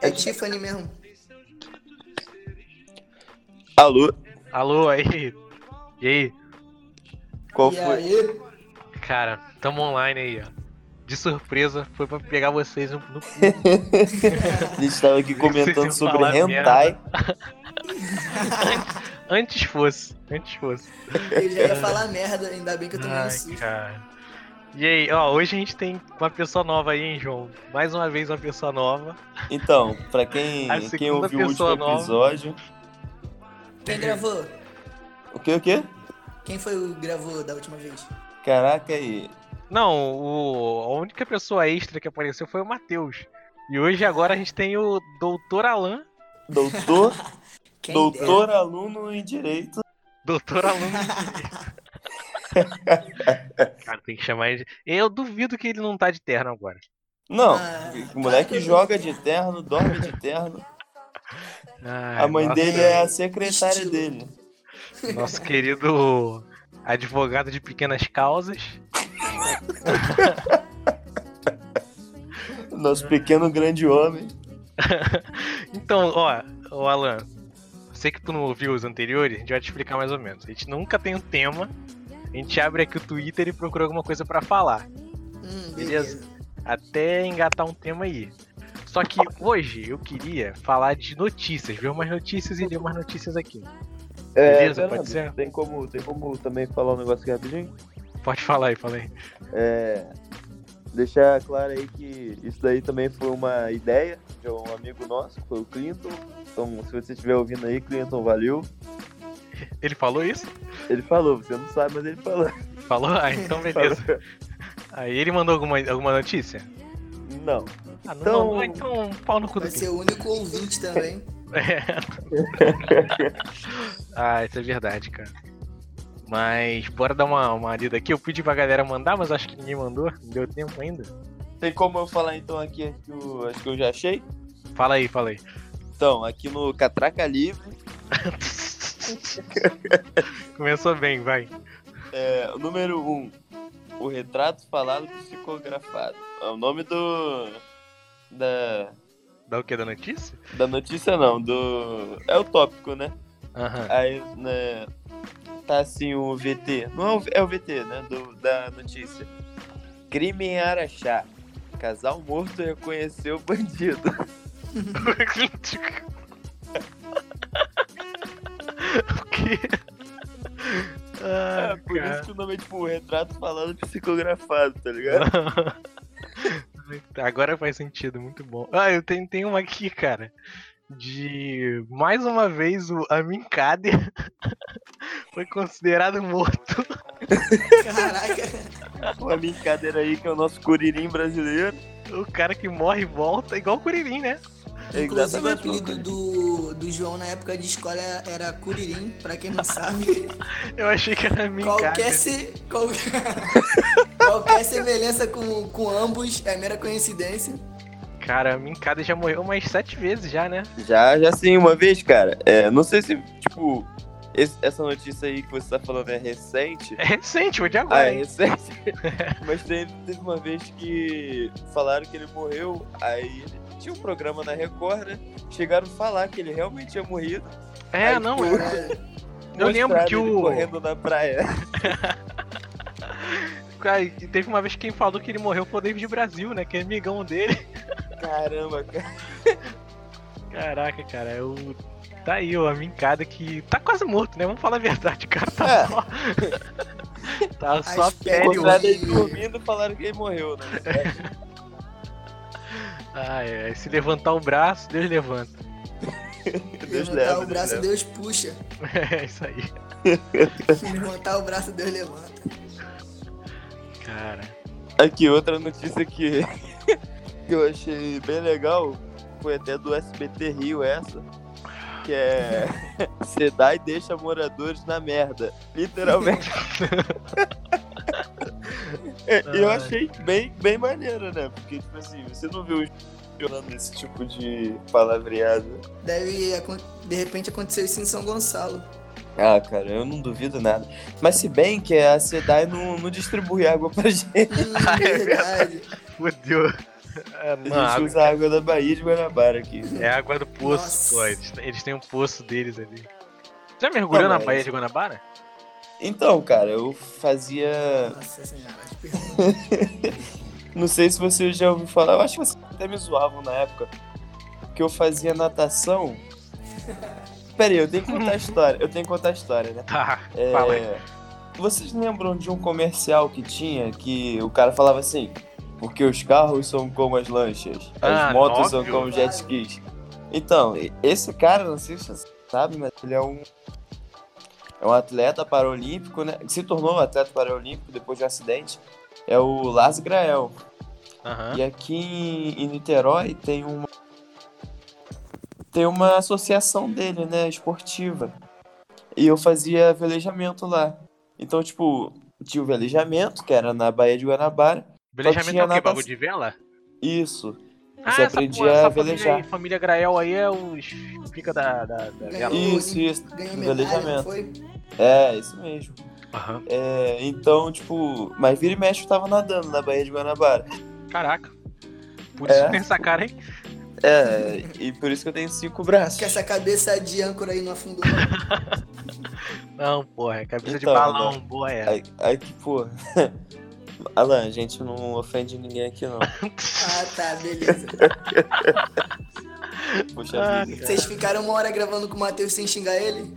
É Tiffany mesmo. Alô? Alô, aí. E aí? Qual e foi? aí? Cara, tamo online aí, ó. De surpresa, foi pra pegar vocês no. no... A gente tava aqui comentando Vocês iam sobre falar hentai. Antes fosse. Antes fosse. Eu já ia falar merda, ainda bem que eu tomei um Ai, susto. cara. E aí, ó, hoje a gente tem uma pessoa nova aí, hein, João? Mais uma vez uma pessoa nova. Então, pra quem, A quem segunda ouviu o último pessoa nova. episódio. Quem gravou? O que, o que? Quem foi o que gravou da última vez? Caraca aí. Não, o... a única pessoa extra que apareceu foi o Matheus. E hoje agora a gente tem o Doutor Alan. Doutor, Quem doutor aluno em direito. Doutor Alan. Cara, tem que chamar ele. de- Eu duvido que ele não tá de terno agora. Não, Ah, o moleque claro que joga eu- de terno, dorme de terno. Ai, A mãe nossa- dele é assim. a secretária Estilo. dele. Nosso querido advogado de pequenas causas. Nosso pequeno grande homem. Então, ó, ô Alan, sei que tu não ouviu os anteriores, a gente vai te explicar mais ou menos. A gente nunca tem um tema, a gente abre aqui o Twitter e procura alguma coisa pra falar, Hum, Beleza. beleza. até engatar um tema aí. Só que hoje eu queria falar de notícias, ver umas notícias e ler umas notícias aqui. Beleza, pode ser? É, Tem como, tem como também falar um negócio aqui rapidinho? Pode falar aí, fala aí. É, deixar claro aí que isso daí também foi uma ideia de um amigo nosso, que foi o Clinton. Então, se você estiver ouvindo aí, Clinton, valeu. Ele falou isso? Ele falou, você não sabe, mas ele falou. Falou? Ah, então beleza. Falou. Aí ele mandou alguma, alguma notícia? Não. Ah, não Então- mandou, então pau no cu do Vai Clinton. ser o único ouvinte também. É. ah, isso é verdade, cara. Mas bora dar uma, uma lida aqui. Eu pedi pra galera mandar, mas acho que ninguém mandou. Não deu tempo ainda. Tem como eu falar então aqui, que eu- acho que eu já achei? Fala aí, fala aí. Então, aqui no Catraca Livre, Começou bem, vai. é, o número 1, um, o retrato falado psicografado. É o nome do... da... Dá o que da notícia? Da notícia não, do... É o tópico, né? Aham. Aí, né, tá assim o VT. Não é o, é o VT, né? Do, da notícia. Crime em Araxá. Casal morto reconheceu o bandido. o quê? Ah, É, por cara. isso que o nome é tipo o retrato falado psicografado, tá ligado? Agora faz sentido, muito bom. Ah, eu tenho, tenho uma aqui, cara. De mais uma vez o Amin Kader foi considerado morto. Caraca. Uma brincadeira aí que é o nosso curirim brasileiro. O cara que morre e volta, igual o Curirim, né? É Inclusive, o exatamente o apelido Curirim. do, do João na época de escola era Curirim, pra quem não sabe. Eu achei que era Amin Qualquer, Kader. se, qual- qualquer semelhança com, com ambos é mera coincidência. Cara, Amin Kader já morreu umas sete vezes já, né? Já, já sim, uma vez, cara. É, não sei se, tipo, esse- essa notícia aí que você tá falando é recente. É recente, foi de Ah, agora, é hein? recente. Mas teve, teve uma vez que falaram que ele morreu, aí ele tinha um programa na Record, né? Chegaram a falar que ele realmente tinha morrido. É, aí, não, tipo, eu, eu lembro mostraram que ele o. Correndo na praia. cara, e Teve uma vez que quem falou que ele morreu foi o David Brasil, né? Que é amigão dele. Caramba, cara. Caraca, cara, eu. Tá aí, ó, a mincada que tá quase morto, né? Vamos falar a verdade, cara. Tá É. só. tá só As pele. pernas- Encontraram ele dormindo falaram que ele morreu, né? Ah, é. Se levantar o braço, Deus levanta. Deus levantar tá o um leva, Deus braço, leva. Deus puxa. É isso aí. Levantar o braço, Deus levanta. Cara. Aqui, outra notícia que, que eu achei bem legal foi até do SBT Rio essa. Que é. Sedai deixa moradores na merda. Literalmente. É, eu Ai. achei bem, bem maneiro, né? Porque, tipo assim, você não viu jogando esse tipo de palavreado. Deve, acon- de repente, aconteceu isso em São Gonçalo. Ah, cara, eu não duvido nada. Mas se bem que a Sedai não, não distribui água pra gente. Hum, verdade. Fudeu. É, A não, gente água- usa a água da Bahia de Guanabara aqui. é a água do poço, Nossa. pô. Eles, têm- eles têm um poço deles ali. Já mergulhou Não, na mas- Baía de Guanabara? Então, cara, eu fazia. Nossa senhora. tipo, Não sei se você já ouviu falar, eu acho que vocês até me zoavam na época. Que eu fazia natação. Pera aí, eu tenho que contar a história. Eu tenho que contar a história, né? Tá, É, fala aí. Vocês lembram de um comercial que tinha que o cara falava assim: porque os carros são como as lanchas, as Ah, motos são óbvio. como jet skis. Então, e- esse cara, não sei se você sabe, mas ele é um. É um atleta paralímpico, né? que Se tornou um atleta paralímpico depois de um acidente. É o Lars Grael. Aham. E aqui em, em Niterói tem uma tem uma associação dele, né, esportiva. E eu fazia velejamento lá. Então, tipo, tinha o velejamento, que era na Baía de Guanabara. Velejamento é o tinha quê? natação. Bagulho de vela? Isso. ah, essa, aprendi porra, a essa velejar. família, aí, família Grael aí é os pica da, da, da vela. Ganhou- Isso, isso. Ganhou Do medalha, velejamento. não foi? É, isso mesmo. Aham. É, então, tipo, mas vira e mexe eu tava nadando na Baía de Guanabara. Caraca. Putz, É. tem essa cara, hein? É, e por isso que eu tenho cinco braços. Que essa cabeça de âncora aí não afundou. não. Não, porra, é cabeça de Então, balão, boa é. Ai, ai, que porra. Alan, a gente não ofende ninguém aqui, não. Ah, tá, beleza. Poxa vida. Vocês ficaram uma hora gravando com o Matheus sem xingar ele?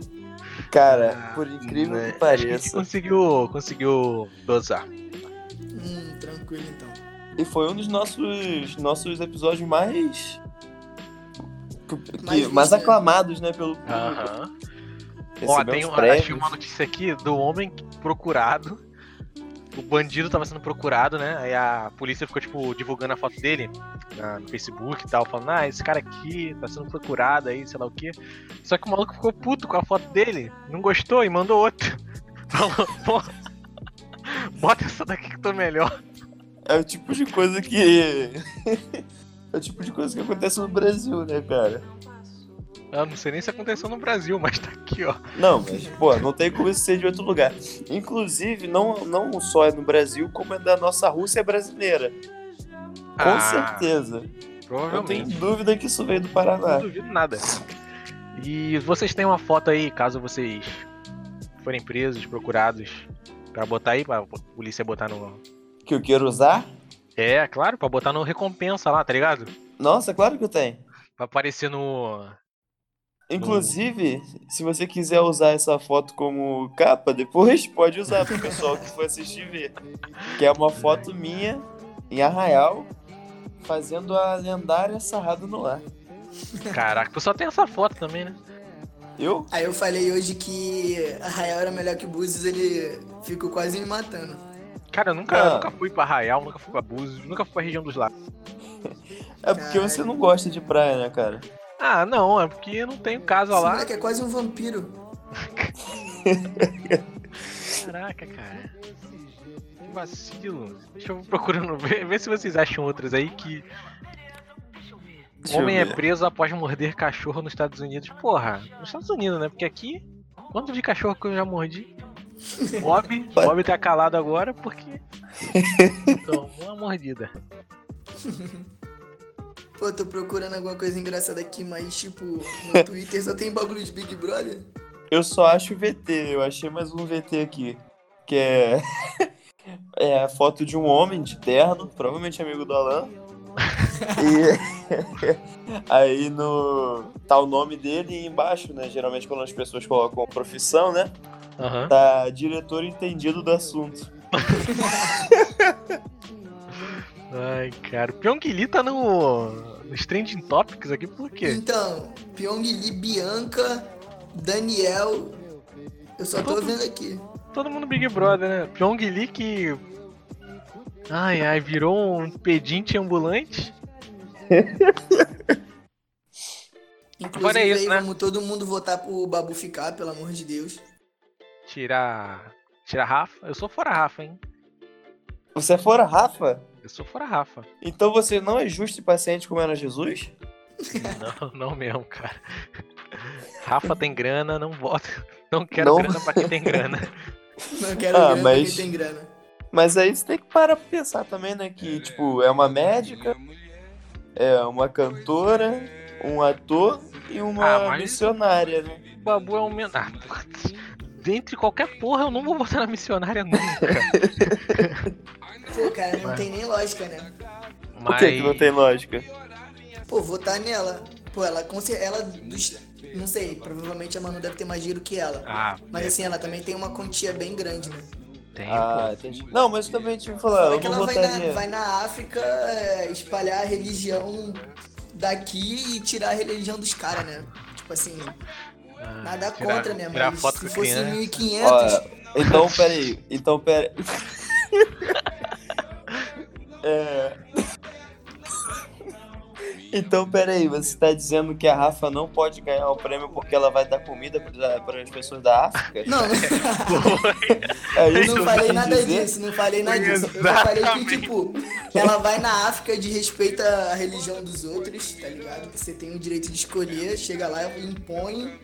Cara, por incrível que Né, acho que a gente pareça, conseguiu, conseguiu dosar. Hum, tranquilo então. e foi um dos nossos, nossos episódios mais. que- Mais mais, visto, né? aclamados, né? Pelo público. Aham. Ó, tem Recebemos um, prêmios. achei uma notícia aqui do homem procurado. O bandido tava sendo procurado, né? Aí a polícia ficou, tipo, divulgando a foto dele na- no Facebook e tal, falando, ah, esse cara aqui tá sendo procurado aí, sei lá o quê. Só que o maluco ficou puto com a foto dele, não gostou e mandou outro. Falou, pô, bota essa daqui que tô melhor. É o tipo de coisa que. é o tipo de coisa que acontece no Brasil, né, cara? Eu Ah, não sei nem se aconteceu no Brasil, mas tá aqui, ó. Não, mas, pô, não tem como isso ser de outro lugar. Inclusive, não, não só é no Brasil, como é da nossa Rússia brasileira. Com Ah, certeza. Não Provavelmente. tenho dúvida que isso veio do Não Paraná. duvido nada. E vocês têm uma foto aí, caso vocês forem presos, procurados, pra botar aí, pra polícia botar no. Que eu quero usar? É, claro, pra botar no recompensa lá, tá ligado? Nossa, claro que eu tenho. Pra aparecer no. Inclusive, se você quiser usar essa foto como capa, depois pode usar pro pessoal que for assistir ver. Que é uma foto minha em Arraial fazendo a lendária sarrada no ar. Caraca, tu só tem essa foto também, né? Eu? Aí eu falei hoje que Arraial era melhor que Búzios, ele ficou quase me matando. Cara, eu nunca, Ah. nunca fui pra Arraial, nunca fui pra Búzios, nunca fui pra região dos lagos. É porque você não gosta de praia, né, cara? Ah, não, é porque eu não tenho casa Esse lá. moleque é quase um vampiro. Caraca, cara. Que vacilo. Deixa eu procurando ver, ver se vocês acham outras aí que Deixa eu Homem é ver. preso após morder cachorro nos Estados Unidos. Porra, nos Estados Unidos, né? Porque aqui, quanto de cachorro que eu já mordi? Bob, Bob tá calado agora porque. Tomou uma mordida. Pô, tô procurando alguma coisa engraçada aqui, mas tipo, no Twitter só tem bagulho de Big Brother. Eu só acho o VT, eu achei mais um VT aqui. Que é. é a foto de um homem de terno, provavelmente amigo do Alan. E. Aí no. tá o nome dele e embaixo, né? Geralmente quando as pessoas colocam a profissão, né? Aham. Tá diretor entendido do assunto. Ai, cara. O Pyong Lee tá no. nos Trending Topics aqui, por quê? Então, Pyong Lee, Bianca, Daniel. Eu só tô vendo aqui. Todo mundo Big Brother, né? Pyong Lee que. Ai, ai, virou um pedinte ambulante. Inclusive, Agora é isso, aí, né? vamos todo mundo votar pro Babu ficar, pelo amor de Deus. Tirar. Tirar Rafa. Eu sou fora Rafa, hein? Você é fora Rafa? Eu sou fora Rafa. Então você não é justo e paciente como era Jesus? Não, não mesmo, cara. Rafa tem grana, não voto. Não quero Não. grana pra quem tem grana. Não quero Ah, grana, mas- quem tem grana. Mas aí você tem que parar pra pensar também, né? Que, tipo, é uma é médica é uma cantora, um ator e uma Ah, mas- missionária, né? O Babu é um men... Ah, putz. Dentre qualquer porra, eu não vou botar na missionária nunca. Pô, cara, não tem nem lógica, né? Por Mas... é que, que não tem lógica? Pô, votar nela. Pô, ela com cer- ela dos- não sei, provavelmente a Manu deve ter mais dinheiro que ela. Ah, Mas assim, ela também tem uma quantia bem grande, né? tem, Ah, pô. entendi. Não, mas também tinha que falar, Fala eu é que não ela vai votaria. na, vai na África é, espalhar a religião daqui e tirar a religião dos caras, né? Tipo assim, Ah, nada tirar- contra, né? Tirar Mas foto com se a fosse criança. 1500, Ó, então, peraí. Então, peraí. É... Então, peraí, você tá dizendo que a Rafa não pode ganhar o prêmio porque ela vai dar comida para as pessoas da África? Não, É eu isso que não eu falei quis nada dizer? disso, não falei nada disso. Eu só falei que, tipo, ela vai na África de respeito à religião dos outros, tá ligado? Você tem o direito de escolher, chega lá, impõe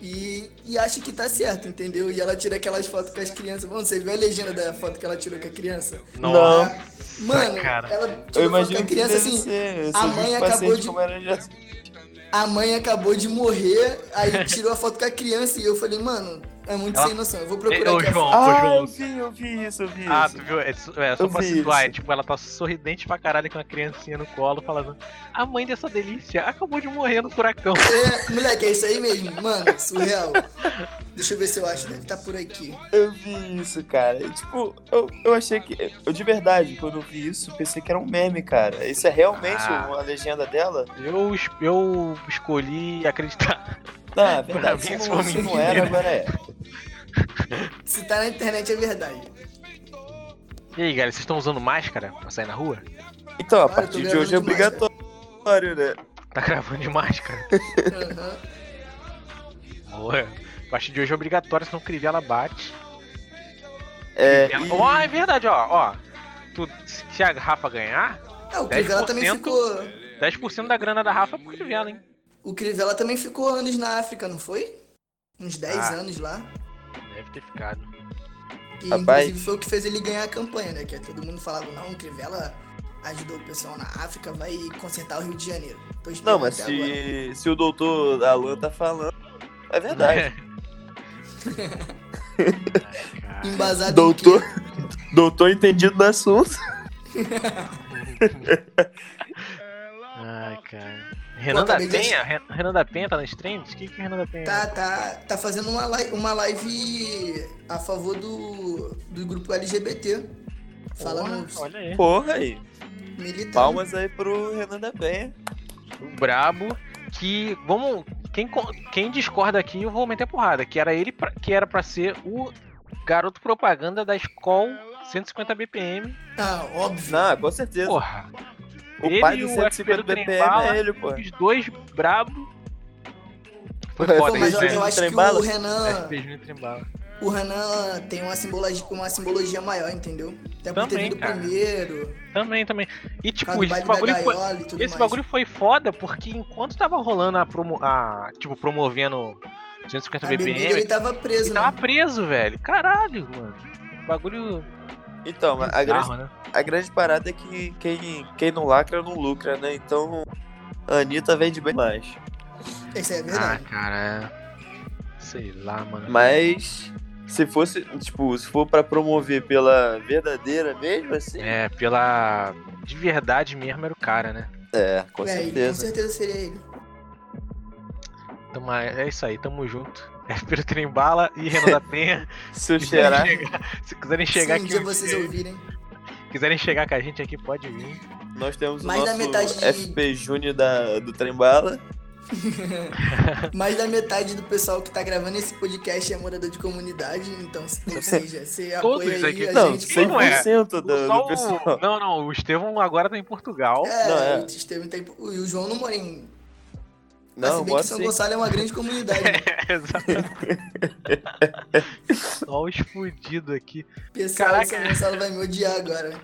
e, e acha que tá certo, entendeu? E ela tira aquelas fotos com as crianças. Mano, você viu a legenda da foto que ela tirou com a criança? Não. Nossa, Mano, cara. ela tirou Eu foto com imagino a que criança deve assim. ser. Eu a sou mãe muito acabou paciente de- como era já- A mãe acabou de morrer, aí tirou a foto com a criança e eu falei, mano, é muito Ela- sem noção. Eu vou Ei, procurar ô, aqui a João, Ah, ô, João. eu vi, eu vi isso, eu vi Ah, isso. tu viu? É, su- é, só Eu pra vi situar, isso. é, tipo, ela tá sorridente pra caralho com a criancinha no colo, falando: A mãe dessa delícia acabou de morrer no furacão. É, moleque, é isso aí mesmo. Mano, surreal. Deixa eu ver se eu acho, deve estar por aqui. Eu vi isso, cara. E, tipo, eu, eu achei que. Eu de verdade, quando eu vi isso, pensei que era um meme, cara. Isso é realmente Ah. uma legenda dela? Eu, es- eu escolhi acreditar. Não, é Pra verdade. mim, Se isso não, foi se uma não era, mentira. agora é. Se tá na internet é verdade. E aí, galera, vocês estão usando máscara pra sair na rua? Então, Cara, eu tô a partir de gravando hoje é demais, obrigatório, né? Tá gravando de máscara? Aham. Boa. A partir de hoje é obrigatório, senão Crivella bate. É. Ela- e- Ó, é verdade, ó, ó. Tu, se a Rafa ganhar, É, o Crivella também 10%? ficou. 10% da grana da Rafa é pro Crivella, hein? O Crivella também ficou anos na África, não foi? Uns 10 Ah. anos lá. Deve ter ficado. E Rapaz. inclusive foi o que fez ele ganhar a campanha, né? Que todo mundo falava, não, o Crivella ajudou o pessoal na África, vai consertar o Rio de Janeiro. Tô esperando Não, mas até agora. se, se o doutor Alan tá falando. É verdade. Ai, cara. Embasado em doutor. quê? Doutor entendido do assunto. Ai, cara. Pô, tá Renan da acabei de Penha? Ren- Renan da Penha tá nas trends? O que que o Renan da Penha... Tá, tá, tá fazendo uma live, uma live a favor do, do grupo LGBT. Falando Porra, Olha aí. Porra aí. militante. Palmas aí pro Renan da Penha. O Brabo, que... Vamos... Quem, co- quem discorda aqui, eu vou meter porrada. Que era ele pra- que era pra ser o garoto propaganda da escola 150 BPM. Ah, óbvio. Não, com certeza. Porra. o pai ele do e o né? 150 Pedro BPM Trembala. é ele, pô. Os dois brabo. Foi Pô, Pô, foda mas isso, eu, Fez eu um acho que trem-bala? o Renan, Fez um trem-bala. o Renan tem uma simbologia, uma simbologia maior, entendeu? Até por ter Também, vindo cara. primeiro, Também, também. E por causa tipo, do esse baile da bagulho foi... gaiola e tudo Esse mais. bagulho foi foda porque enquanto tava rolando a promo. A, tipo, promovendo 150 A BPM, bebida, ele tava preso, ele né? tava preso, velho. Caralho, mano. Bagulho. Então, a grande, bizarro, né? a grande parada é que quem, quem não lacra não lucra, né? Então a Anitta vende bem mais. Isso é Ah, verdade. cara. é- Sei lá, mano. Mas se fosse, tipo, se for pra promover pela verdadeira mesmo, assim. É, É, pela. De verdade mesmo era o cara, né? com É, ele com certeza. certeza seria ele. Tamo, é isso aí, tamo junto. É pelo Trembala e Renan da Penha. Se eu Se quiserem cheirar. chegar- Se quiserem Se chegar um dia aqui. vocês ouvirem. Quiserem chegar com a gente aqui, pode vir. Nós temos Mais o da nosso metade de- FP Júnior da, do Trembala. Mais da metade do pessoal que tá gravando esse podcast é morador de comunidade, então, ou seja, você Todos apoia aí aqui. a Não, gente. sei não é. 100% do, Só do o- pessoal. Não, não, o Estevão agora tá em Portugal. É, Não, é. o Estevam tem- o- E o João não mora em. Mas Não, se bem que bota São sim. Gonçalo é uma grande comunidade. né? Exatamente. Só os fudidos aqui. O pessoal de São Caraca. Gonçalo vai me odiar agora.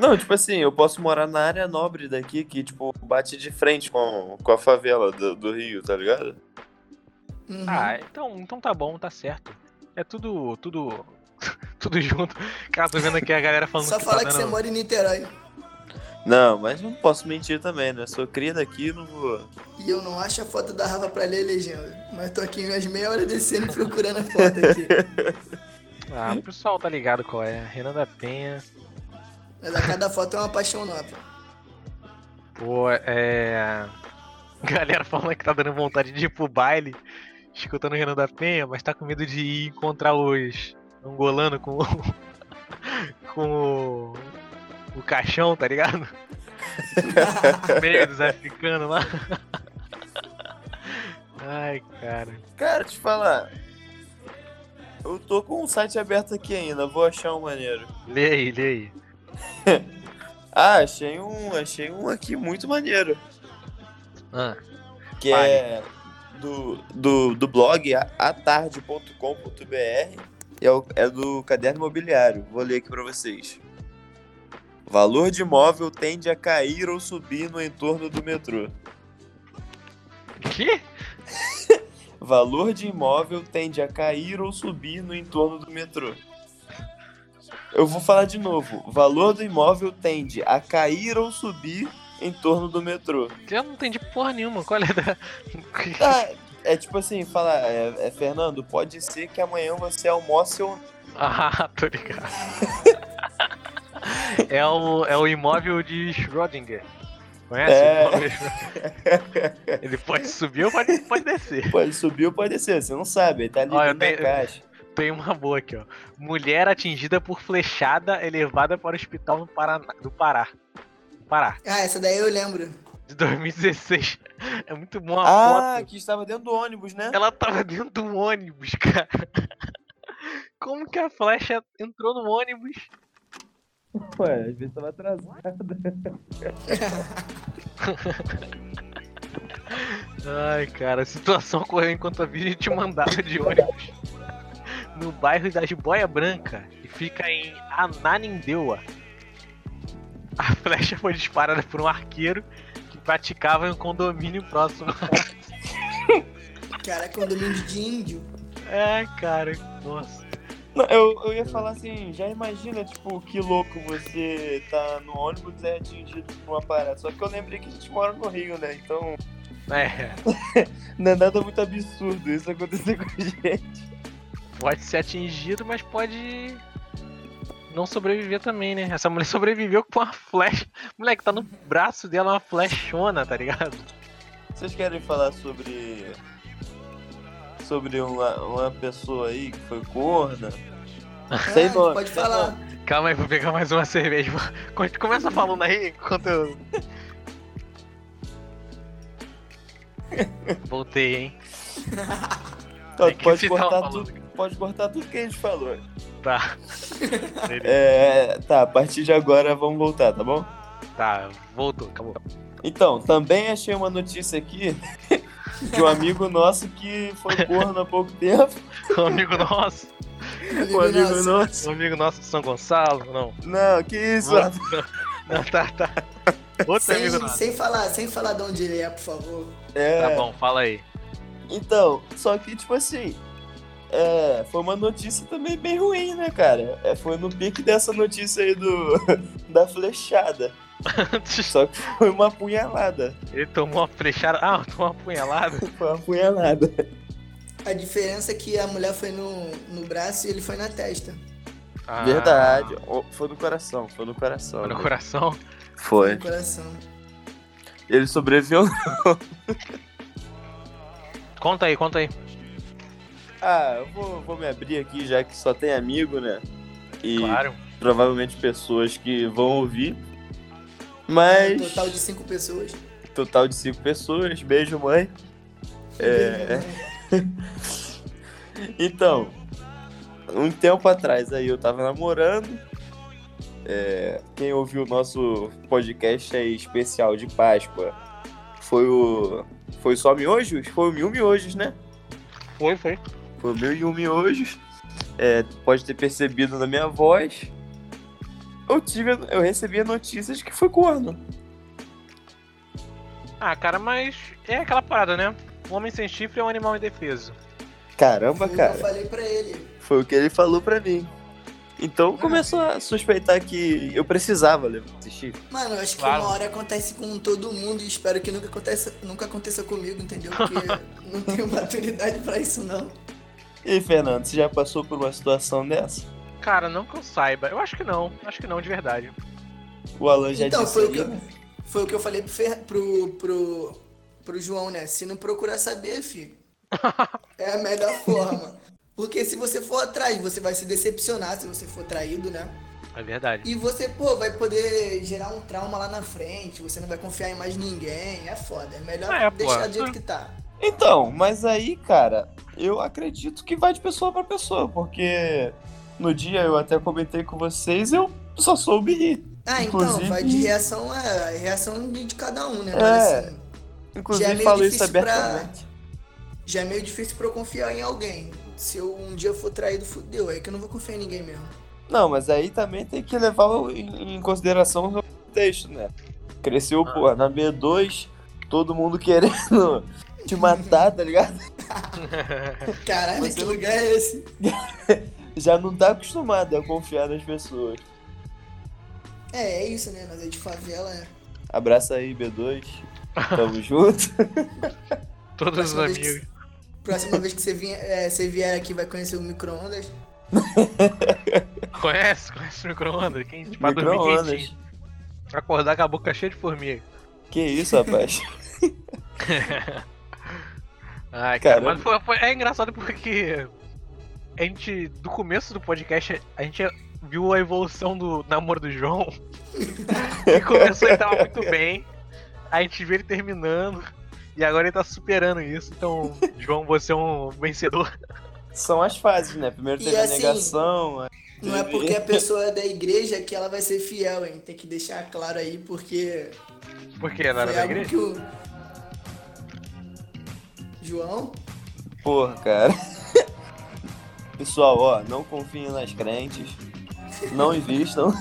Não, tipo assim, eu posso morar na área nobre daqui, que, tipo, bate de frente com, com a favela do, do Rio, tá ligado? Uhum. Ah, então, então tá bom, tá certo. É tudo. tudo. tudo junto. Cara, tô vendo aqui a galera falando Só que falar tá que dando. você mora em Niterói. Não, mas não posso mentir também, né? Sou cria daqui não vou. E eu não acho a foto da Rafa pra ler a legenda. Mas tô aqui umas meia hora descendo e procurando a foto aqui. Ah, o pessoal tá ligado qual é. Renan da Penha. Mas a cada foto é uma paixão nova. Pô, é. Galera falando que tá dando vontade de ir pro baile, escutando o Renan da Penha, mas tá com medo de ir encontrar os angolano com o- com o, o caixão, tá ligado? No meio dos africanos lá. Ai, cara. Cara, te falar. Eu tô com o site aberto aqui ainda, vou achar um maneiro. Lê aí, lê aí. Ah, achei um, achei um aqui muito maneiro. Ah, Que é do, do, do blog atarde.com.br. É, o- é do caderno imobiliário. Vou ler aqui pra vocês. Valor de imóvel tende a cair ou subir no entorno do metrô. que? Valor de imóvel tende a cair ou subir no entorno do metrô. Eu vou falar de novo. Valor do imóvel tende a cair ou subir em torno do metrô. Eu não entendi porra nenhuma. Qual é da. Ah, é tipo assim, fala, é, é, Fernando, pode ser que amanhã você almoce ou. Ah, tô ligado. É o, é o imóvel de Schrödinger. Conhece? É. O imóvel de Schrödinger? Ele pode subir ou pode, pode descer. Pode subir ou pode descer, você não sabe, ele tá ali Ó, eu dentro da tenho- caixa. Tem uma boa aqui, ó. Mulher atingida por flechada é levada para o hospital no Paraná, do Pará. Pará, Ah, essa daí eu lembro. de 2016. É muito bom a Ah, foto. que estava dentro do ônibus, né? Ela tava dentro de um ônibus, cara. Como que a flecha entrou no ônibus? Ué, às vezes tava atrasada. Ai, cara, a situação ocorreu enquanto a Virgem te mandava de ônibus. No bairro das Boia Branca, que fica em Ananindeua. A flecha foi disparada por um arqueiro que praticava em um condomínio próximo. Cara, condomínio um de índio. É, cara, nossa. Não, eu, eu ia falar assim, já imagina, tipo, que louco você tá no ônibus e é atingido por uma parada. Só que eu lembrei que a gente mora no Rio, né? Então É, não é nada muito absurdo isso acontecer com a gente. pode ser atingido, mas pode não sobreviver também, né? Essa mulher sobreviveu com uma flecha. Moleque, tá no braço dela uma flechona, tá ligado? Vocês querem falar sobre. Sobre uma, uma pessoa aí que foi corna? Sem Ah, nome, Pode sem falar. Calma aí, vou pegar mais uma cerveja. Con- Começa falando aí enquanto eu. Voltei, hein? Então, É que pode, vocês tavam cortar falando. tudo, pode cortar tudo que a gente falou. Tá. Beleza. É, tá, a partir de agora vamos voltar, tá bom? Tá, voltou, acabou. Então, também achei uma notícia aqui de um amigo nosso que foi corno há pouco tempo. Um amigo nosso, Amigo nosso. nosso. um amigo nosso de São Gonçalo, não. Não, que isso, Não. rapaz. Não, tá, tá. Outro amigo Sem, nosso. sem falar, sem falar de onde ele é, por favor. É, Tá bom, fala aí. Então, só que, tipo assim, é, foi uma notícia também bem ruim, né, cara? É, foi no pique dessa notícia aí do da flechada. Só que foi uma apunhalada. Ele tomou uma flechada. Ah, tomou uma punhalada. Foi uma apunhalada. A diferença é que a mulher foi no, no braço e ele foi na testa. Ah, Verdade. O- Foi no coração, foi no coração. Foi Ah, no né? coração. Foi. No coração. Ele sobreviveu Conta aí, conta aí. Ah, eu vou, vou me abrir aqui, já que só tem amigo, né? E Claro. provavelmente pessoas que vão ouvir. Um Mas. total de cinco pessoas. total de cinco pessoas. Beijo, mãe. É. né? Então, um tempo atrás aí eu tava namorando. É, quem ouviu o nosso podcast aí especial de Páscoa foi o. Foi só miojos? Foi o Mil Miojos, né? Foi, foi. Foi mil e um miojos. É, pode ter percebido na minha voz. Eu tive, eu recebia notícias que foi corno. Ah, cara, mas é aquela parada, né? O homem sem chifre é um animal indefeso. Foi Caramba, o que Eu cara. falei pra ele. Foi o que ele falou pra mim. Então começou a suspeitar que eu precisava levar esse chifre. Mano, eu acho que Claro. uma hora acontece com todo mundo e espero que nunca aconteça, nunca aconteça comigo, entendeu? Porque eu não tenho maturidade pra isso, não. E aí, Fernando, você já passou por uma situação dessa? Cara, não que eu saiba. Eu acho que não. Acho que não, de verdade. O Alan já Então, disse foi o aí, que eu- né? Foi o que eu falei pro, Fer... pro, pro, pro João, né? Se não procurar saber, filho. É a melhor forma. Porque se você for atrás, você vai se decepcionar se você for traído, né? É verdade. E você, pô, vai poder gerar um trauma lá na frente, você não vai confiar em mais ninguém, é foda. É melhor É, pô. deixar do jeito que tá. Então, mas aí, cara, eu acredito que vai de pessoa pra pessoa, porque no dia eu até comentei com vocês, eu só soube rir. Ah, Inclusive- então, vai de reação a reação de de cada um, né? É. Mas, assim, Já é Inclusive, meio falei isso difícil pra- abertamente. já é meio difícil pra eu confiar em alguém. Se eu um dia for traído, fudeu. É que eu não vou confiar em ninguém mesmo. Não, mas aí também tem que levar o- em em consideração o contexto, né? Cresceu, Ah. pô, na B2, todo mundo querendo te matar, tá ligado? Caralho, Mas que eu- lugar é esse? Já não tá acostumado a confiar nas pessoas. É, é isso, né? Nós é de favela, né? Abraça aí, B2. Tamo junto. Todos os Próxima vez que- amigos. Próxima vez que você, vinha, é, você vier aqui, vai conhecer o micro-ondas. Conhece? Conhece o micro-ondas? Quem Tipo, pra dormir Micro-ondas. quentinho. Pra acordar com a boca cheia de formiga. Que isso, rapaz? Ai, cara. Caramba. Ah, Mas foi, foi- é engraçado porque a gente, do começo do podcast, a gente viu a evolução do namoro do João. e começou, ele tava muito bem. A gente viu ele terminando. E agora ele tá superando isso. Então, João, você é um vencedor. São as fases, né? Primeiro E teve a assim, negação. aí Não é teve- porque a pessoa é da igreja que ela vai ser fiel, hein? Tem que deixar claro aí, porque Por quê? Não era foi da algo igreja? que o... João? Porra, cara. Pessoal, ó, não confiem nas crentes. Não invistam.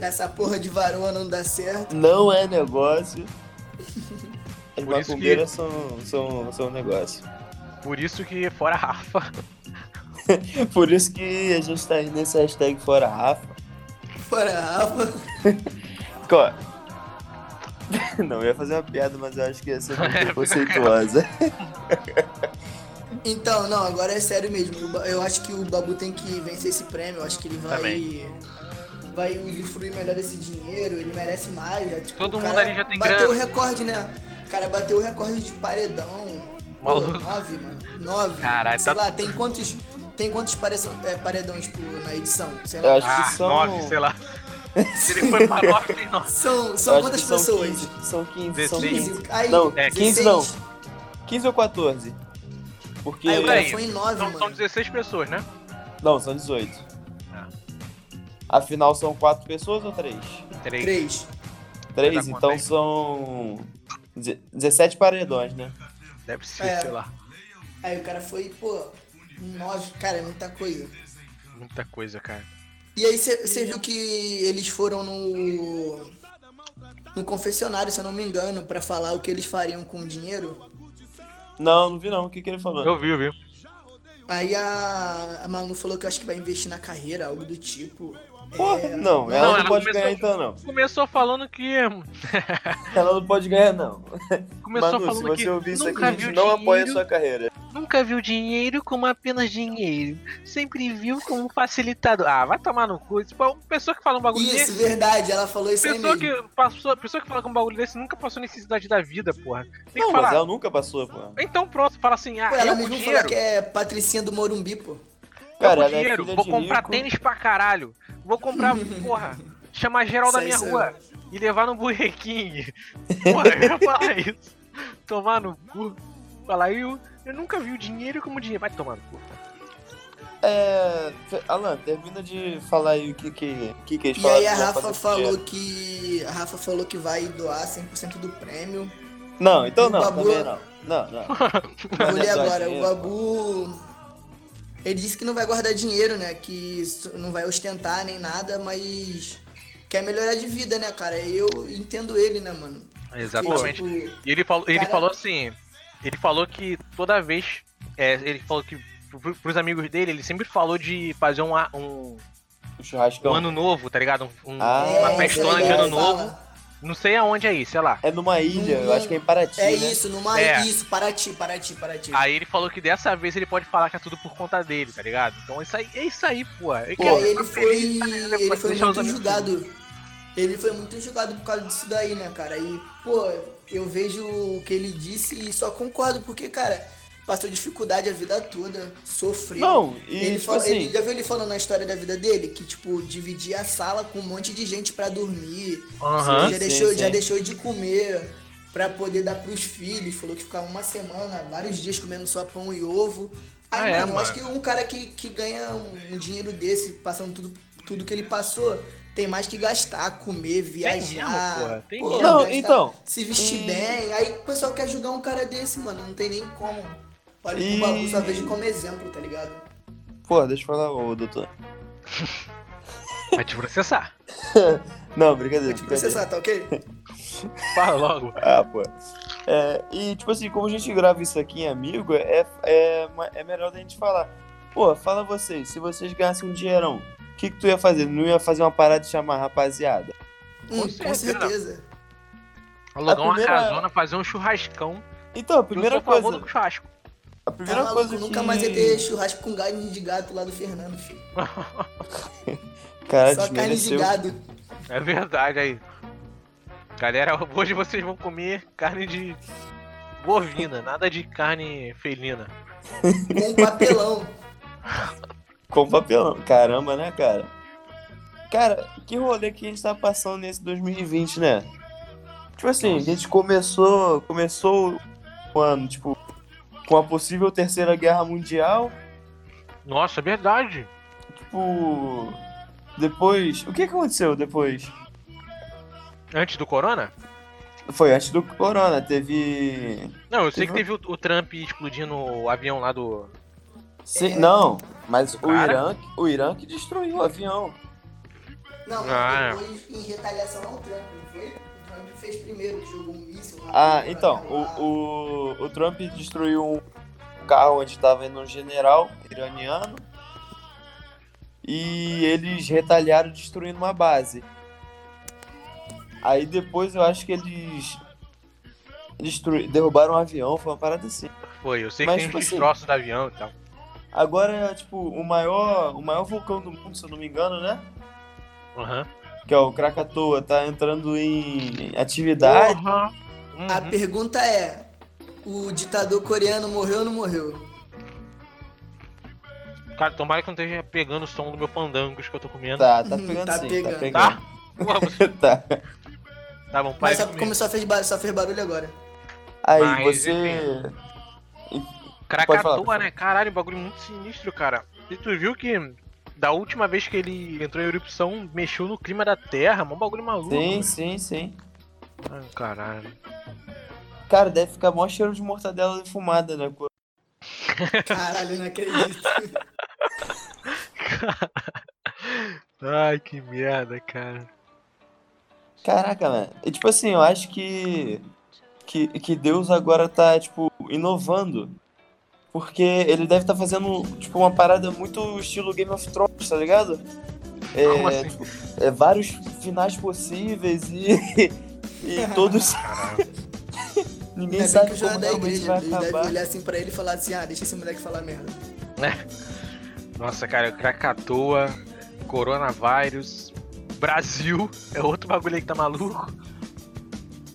Essa porra de varoa não dá certo. Não é negócio. As Por isso macumbeiras são, são, são negócio. Por isso que, fora a Rafa, Por isso que a gente tá aí nesse hashtag fora Rafa. Fora Rafa. Ó. Não, eu ia fazer uma piada, mas eu acho que ia ser É. muito preconceituosa. Então, não, agora é sério mesmo. O Ba- Eu acho que o Babu tem que vencer esse prêmio. Eu acho que ele vai. Também. Vai usufruir melhor desse dinheiro. Ele merece mais. é, tipo, Todo o mundo cara ali já tem bateu grana. o recorde, né? O cara bateu o recorde de paredão. Pô, Maluco. nove, mano. Nove. Caralho, Sei tá- lá, tem quantos. Tem quantos pareção- é, paredões por, na edição? Sei Eu lá. acho Ah, que são. nove, um. sei lá. Se ele foi pra nove, tem nove. São, eu são acho que quantas são pessoas? 15, são 15, são 16. 15. Aí, Não, é, 15 não. 16. 15 ou 14? Porque. Aí o peraí. cara foi em nove, São, mano. são 16 pessoas, né? Não, são 18. Ah. Afinal, são 4 pessoas ou 3? Três. Três. 3, conta então aí. são. deze- 17 paredões, né? Deve ser, É. sei lá. Aí o cara foi, pô, em nove. Cara, é muita coisa. Muita coisa, cara. E aí você viu que eles foram no no confessionário, se eu não me engano, pra falar o que eles fariam com o dinheiro. Não, não vi não. O que, que ele falou? Eu vi, eu vi. Aí a, a Malu falou que eu acho que vai investir na carreira, algo do tipo. Porra, não, ela Não, não, ela pode começou- ganhar então, não. Começou falando que. Ela não pode ganhar, não. Começou Manu, se falando você que. ouvir isso aqui, nunca a viu gente não apoia a dinheiro. sua carreira. Nunca viu dinheiro como apenas dinheiro. Sempre viu como facilitador. Ah, vai tomar no cu. Isso, pô, pessoa que fala um bagulho Isso, desse. verdade, ela falou isso aí Pessoa mesmo. que, passou, pessoa que fala com um bagulho desse nunca passou necessidade da vida, porra. Tem Não, que mas falar. ela nunca passou, pô. Então pronto, fala assim, ah, Pô, ela eu com mesmo falou dinheiro. que é Patricinha do Morumbi, pô. Cara, eu ela com dinheiro. é filha Vou de comprar rico. tênis pra caralho. Vou comprar, porra, chamar geral da Sei, minha sei. rua e levar no Burger King. Porra, eu ia falar isso. Tomar no cu. Falar, eu, eu nunca vi o dinheiro como dinheiro. Vai tomar no cu. É... fe- Alan, termina de falar aí o que que, o que, que eles E falaram aí a que vão Rafa fazer com o dinheiro. falou que a Rafa falou que vai doar 100% do prêmio. Não, então O não, Babu- também não. Não, não. Vou Mas ler é só agora, o dinheiro. Babu. Ele disse que não vai guardar dinheiro, né? Que isso não vai ostentar nem nada, mas quer melhorar de vida, né, cara? Eu entendo ele, né, mano? Exatamente. Que, tipo, E ele falou, ele Cara- falou assim. Ele falou que toda vez. é, ele falou que pro- pros amigos dele, ele sempre falou de fazer um, a- um, O um churrascão. ano novo, tá ligado? Um- um- Ah, uma isso festona aí, de é, ano fala. novo. Não sei aonde é isso, sei lá. É numa ilha, eu acho que é em Paraty, É né? isso, numa É. isso, Paraty, Paraty, Paraty. Aí ele falou que dessa vez ele pode falar que é tudo por conta dele, tá ligado? Então isso aí, é isso aí, pô. Ele Pô, quer- ele foi, ele pode foi deixar os muito amigos. julgado. Ele foi muito julgado por causa disso daí, né, cara? E, pô, eu vejo o que ele disse e só concordo, porque, cara, passou dificuldade a vida toda, sofreu. Não, e ele, tipo fala- assim- ele- já viu ele falando na história da vida dele? Que, tipo, dividia a sala com um monte de gente pra dormir. Aham. já, Sim, deixou, já sim. deixou de comer pra poder dar pros filhos. Falou que ficava uma semana, vários dias comendo só pão e ovo. Aí, Ah, é, mano, eu mano. acho que um cara que, que ganha um, um dinheiro desse, passando tudo, tudo que ele passou, tem mais que gastar, comer, viajar. mesmo, pô, tem pô, mesmo. Não, gastar, então, Se vestir e- bem. Aí o pessoal quer julgar um cara desse, mano. Não tem nem como. Olha E- o bagulho, só vejo como exemplo, tá ligado? Pô, deixa eu falar, ô doutor. Vai te processar. Não, brincadeira, Vou te brincadeira. processar, tá ok? Fala logo. Ah, pô. É, e, tipo assim, como a gente grava isso aqui em amigo, é, é, ma- é melhor da gente falar. Pô, fala vocês, se vocês ganhassem um dinheirão, o que, que tu ia fazer? Não ia fazer uma parada de chamar a rapaziada? Hum, com certeza. certeza. Alugar uma primeira- casona, fazer um churrascão. Então, a eu primeira sou a favor coisa. do churrasco. A Tá primeira maluco, coisa que. nunca mais ia ter churrasco com carne de gado lá do Fernando, filho. Cara, Só carne de desmereceu. gado. É verdade aí. Galera, hoje vocês vão comer carne de bovina, nada de carne felina. Com um papelão. Com papelão. Caramba, né, cara? Cara, que rolê que a gente tá passando nesse 2020, né? Tipo assim, a gente começou, começou o ano, tipo, com a possível terceira guerra mundial, Nossa, é verdade. tipo, depois, o que que aconteceu depois? Antes do corona? Foi antes do corona, teve Não, eu sei que Uhum. teve o, o Trump explodindo o avião lá do. Sim, não, mas o Cara. Irã, o Irã que destruiu o avião. Não, Ah, é. depois em retaliação ao Trump, não foi? O Trump fez primeiro, que jogou um míssil. Ah, então, o, o, o Trump destruiu um carro onde estava indo um general iraniano e eles retaliaram destruindo uma base. Aí depois eu acho que eles destrui, derrubaram um avião, foi uma parada assim. Foi, eu sei Mas, que tem tipo uns assim- destroços do avião e tal. Agora, tipo, o maior, o maior vulcão do mundo, se eu não me engano, né? Aham. Que é o Krakatoa, tá entrando em atividade. Porra. Uhum. A pergunta é: o ditador coreano morreu ou não morreu? Cara, tomara que não esteja pegando o som do meu fandangos que eu tô comendo. Tá, tá Hum, pegando tá sim, pegando. tá pegando. Tá? Porra, você- tá. tá bom, pai. Mas só, como só fez, barulho, só fez barulho agora. Aí Mas, você. enfim. Pode falar, pode Krakatoa, falar. né? Caralho, bagulho muito sinistro, cara. E tu viu que da última vez que ele entrou em erupção, mexeu no clima da Terra, mó bagulho maluco. Sim, sim, sim. Ah, caralho. Cara, deve ficar mó cheiro de mortadela defumada, né? co- Caralho, eu não acredito. Ai, que merda, cara. Caraca, mano. E tipo assim, eu acho que. Que, que Deus agora tá, tipo, inovando. Porque ele deve tá fazendo, tipo, uma parada muito estilo Game of Thrones, tá ligado? É, Como assim? tipo, é vários finais possíveis e. e todos. Ninguém Ainda bem sabe que o João é como da realmente igreja. vai Ele deve acabar. olhar assim pra ele e falar assim: ah, deixa esse moleque falar merda. Nossa, cara, Krakatoa, coronavírus, Brasil, é outro bagulho aí que tá maluco.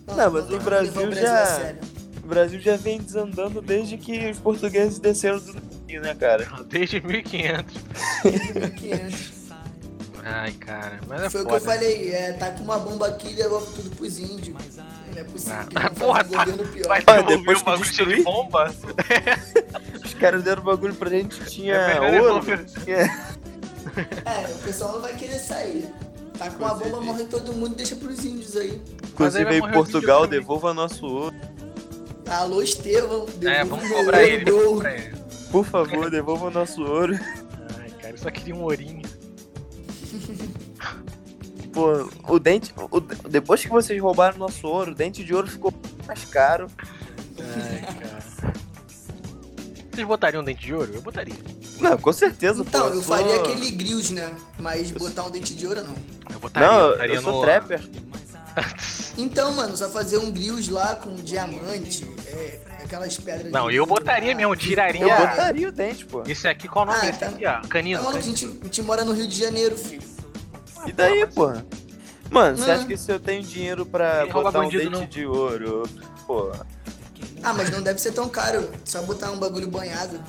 Não, mas o levar Brasil a já- sério. O Brasil já vem desandando desde que os portugueses desceram do navio, né, cara? Desde 1500. 500. Ai, cara, mas é Foi o que foda. eu falei, é, tá com uma bomba aqui e devolve tudo pros índios. Não é possível que Ah, não porra, faça um governo pior. Vai Ah, devolver depois o que bagulho cheio de destruir? bomba? Os caras deram bagulho pra gente, tinha É melhor ouro, devolver. tinha... É, o pessoal não vai querer sair. Tá com uma bomba, morre todo mundo, deixa pros índios aí. Mas aí Inclusive vai aí morrer Portugal, o vídeo também. devolva nosso ouro. Alô, Estevão. É, devolve vamos meu cobrar ouro, ele, bro. vamos cobrar ele. Por favor, devolva nosso ouro. Ai, cara, eu só queria um ourinho. Pô, o dente... o- Depois que vocês roubaram nosso ouro, o dente de ouro ficou mais caro. Ai, cara. Vocês botariam um dente de ouro? Eu botaria. Não, com certeza, Então, pô. eu sou- faria aquele grills, né? Mas botar um dente de ouro, não. Eu botaria. Não, eu, botaria sou no- trapper. Então, mano, só fazer um grills lá com diamante, é, aquelas pedras... Não, de Ah, eu ouro botaria lá. mesmo, tiraria. Eu Yeah. botaria o dente, pô. Esse aqui, qual o nome Ah, desse tá. aqui, ó? Canino. Não, a gente, a gente mora no Rio de Janeiro, filho. E daí, pô? Mano, você Não. acha que se eu tenho dinheiro pra Ninguém rouba botar um bandido, dente não. de ouro, pô? Ah, mas não deve ser tão caro. Só botar um bagulho banhado.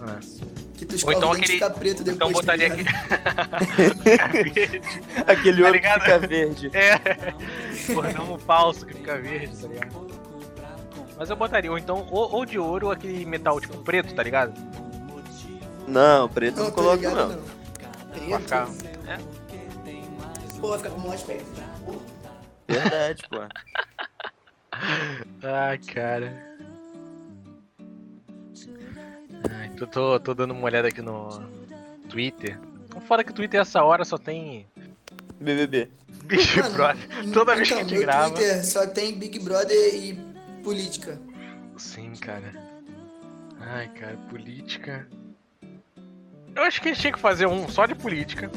Ah. Que tu Ou escova então o dente e aquele. fica preto depois. então tá botaria aquele. ligado? Aquele Tá ouro que ligado? fica verde. É. Cordão falso que fica verde, tá ligado? Mas eu botaria, ou então, ou, ou de ouro, ou aquele metal tipo preto, tá ligado? Não, preto Não, não tô coloco, ligado, não. Pra Preto? ficar. É. Pô, vai ficar com um o maior aspecto. Verdade, pô. Ai, Ah, cara. Ai, tô, tô, tô dando uma olhada aqui no Twitter. Então, Fora que o Twitter essa hora só tem BBB. bicho Mano, brother. Toda vez que a então, gente meu grava. Twitter só tem Big Brother e política. Sim, cara. Ai, cara, política. Eu acho que a gente tinha que fazer um só de política.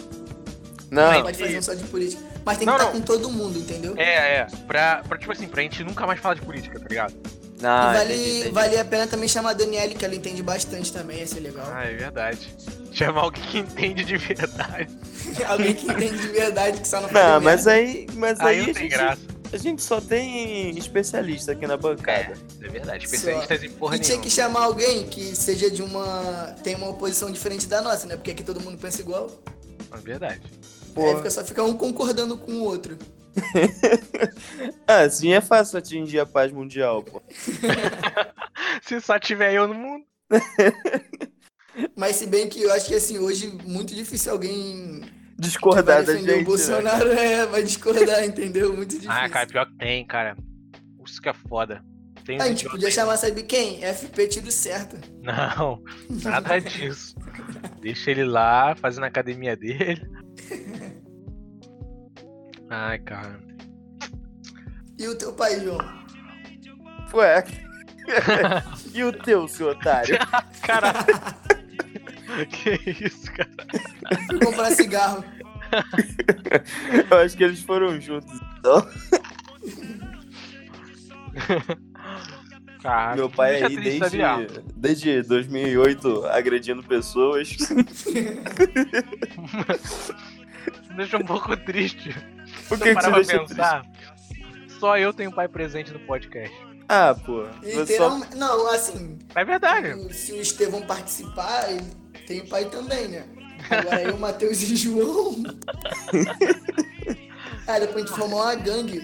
Não, Pode fazer um só de política. Mas tem Ah, Não, que estar não. com todo mundo, entendeu? É, é. Pra, pra, tipo assim, pra gente nunca mais falar de política, tá ligado? E não, vale, entendi, entendi. vale a pena também chamar a Daniele, que ela entende bastante também, ia ser legal. Ah, é verdade. Chamar alguém que entende de verdade. Alguém que entende de verdade, que só não Não, faz mas aí, mas aí, a, Aí não tem gente, graça. a gente só tem especialista aqui na bancada. É verdade. Especialistas em porra E tinha nenhuma. que chamar alguém que seja de uma. tem uma posição diferente da nossa, né? Porque aqui todo mundo pensa igual. É verdade. Aí Pô, fica só ficar um concordando com o outro. ah, assim é fácil atingir a paz mundial, pô. Se só tiver eu no mundo. Mas se bem que eu acho que assim, hoje muito difícil alguém que Tipo, vai Discordar da defender gente. o né? Bolsonaro é, vai discordar, entendeu? Muito difícil. Ah, cara, pior que tem, cara. Isso que é foda. Tem Ah, a gente tipo, um idiota podia aí. chamar, sabe quem? FP tiro certo. Não, nada disso. Deixa ele lá, fazendo a academia dele. Ai, cara. E o teu pai, João? Ué. e o teu, seu otário? Caralho. que isso, cara. Fui comprar cigarro. Eu acho que eles foram juntos. Então, Cara, meu pai deixa aí triste, sabia? desde, desde 2008 agredindo pessoas. Deixa um pouco triste. Por Se que, eu que parar você pra deixa triste? pensar, só eu tenho pai presente no podcast. Ah, pô. Você só... Literalmente. Não, assim, É verdade. se o Estevão participar, ele tem o pai também, né? Agora eu, Matheus e João. ah, depois a gente formou uma gangue.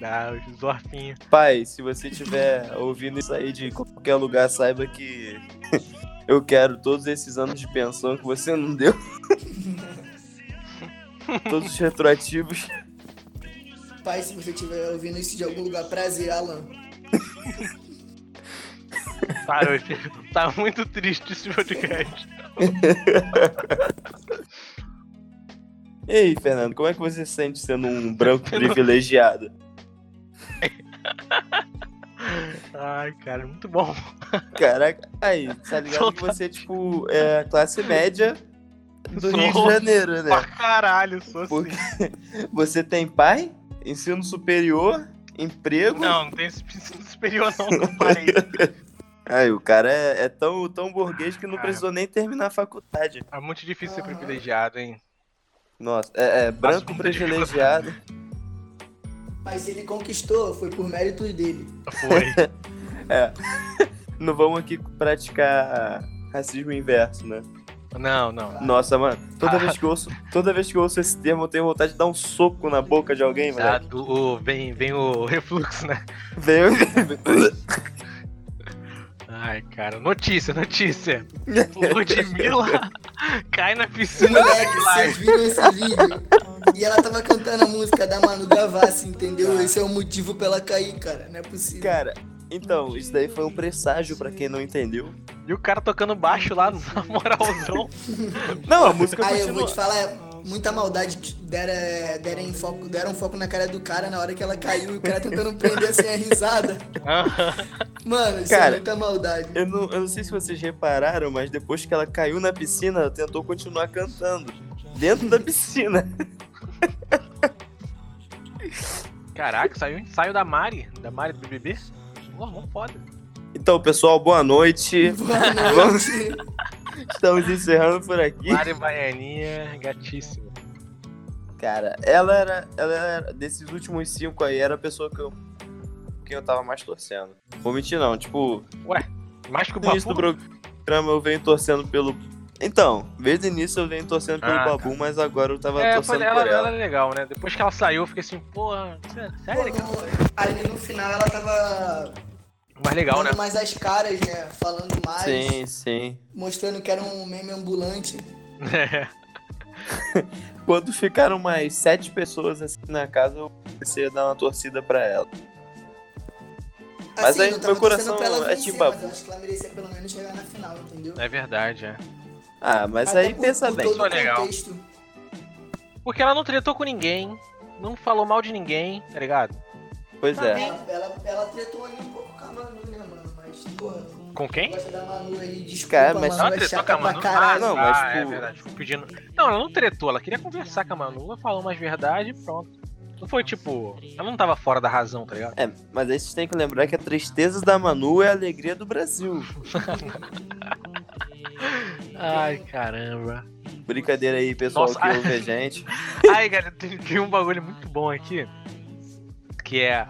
Dá, Ah, os orfinhos. Pai, se você estiver ouvindo isso aí de qualquer lugar, saiba que eu quero todos esses anos de pensão que você não deu. todos os retroativos. Pai, se você estiver ouvindo isso de algum lugar, prazer, Alan. Tá, eu- tá muito triste esse podcast. E aí, Fernando, como é que você se sente sendo um branco privilegiado? Ai, cara, muito bom. Caraca, aí, tá ligado que você, tipo, é classe média do Rio de Sou. Janeiro, né? Pra caralho, sou assim. Porque você tem pai, ensino superior, emprego. Não, não tem esse ensino superior não, comparei. Aí, o cara é, é tão, tão burguês que não Ah. precisou nem terminar a faculdade. É muito difícil ser Aham. privilegiado, hein? Nossa, é, é branco Assunto privilegiado. Mas se ele conquistou, foi por mérito dele. Foi. Não vamos aqui praticar racismo inverso, né? Não, não. Nossa, mano, toda Ah. vez que eu ouço, toda vez que eu ouço esse termo, eu tenho vontade de dar um soco na boca de alguém, Tá, velho. do, o- vem, vem o refluxo, né? Veio. Ai, cara. Notícia, notícia. Ludmilla cai na piscina da Moleque, vocês Big viram esse vídeo? E ela tava cantando a música da Manu Gavassi, entendeu? Esse é o motivo pra ela cair, cara. Não é possível. cara, então, isso daí foi um presságio pra quem não entendeu. Live. E o cara tocando baixo lá, na moralzão. Não, a música Aí eu vou continua. te falar, muita maldade que dera, dera em foco, deram um foco na cara do cara na hora que ela caiu e o cara tentando prender sem a risada. Mano, isso Cara, é muita maldade. Eu não, eu não sei se vocês repararam, mas depois que ela caiu na piscina, ela tentou continuar cantando. Dentro da piscina. Caraca, saiu um ensaio da Mari, da Mari do BBB. Pô, mó foda. Então, pessoal, boa noite. Boa noite. Estamos encerrando por aqui. Mari Baianinha, gatíssima. Cara, ela era, ela era. Desses últimos cinco aí, era a pessoa que eu. Que eu tava mais torcendo. Vou mentir, não. Tipo, Mais que o desde o início do Babu. programa eu venho torcendo pelo. Então, desde o início eu venho torcendo pelo Ah, Babu, mas agora eu tava É, foi, torcendo ela, por ela. ela é legal, né? Depois que ela saiu, eu fiquei assim, porra, sério? é cara? Ali no final ela tava Mais legal, né? dando mais as caras, né? Falando mais, Sim, sim. mostrando que era um meme ambulante. Quando ficaram mais sete pessoas assim na casa, eu comecei a dar uma torcida pra ela. Mas Assim, aí não meu tava torcendo coração pra ela é vencer, tipo- mas eu acho que ela merecia pelo menos chegar na final, entendeu? É verdade, é. Ah, mas Até aí por- pensa por bem. todo o Legal. contexto. Porque ela não tretou com ninguém, não falou mal de ninguém, tá ligado? Pois é. Ela, ela, ela tretou ali um pouco com a Manu, né, mano? Mas, porra, não Com quem? gosta da Manu aí, desculpa, Cara, mas- Manu Ela é tretou com chata a Manu. pra caralho. Ah, não, não, mas, é tipo- verdade. Ficou pedindo. Não, ela não tretou, ela queria conversar com a Manu, ela falou mais verdade e pronto. Não foi tipo. Ela não tava fora da razão, tá ligado? É, mas aí vocês têm que lembrar que a tristeza da Manu é a alegria do Brasil. Ai, caramba. Brincadeira aí, pessoal Nossa, que ai. ouve a gente. Ai, galera, tem, tem um bagulho muito bom aqui. Que é.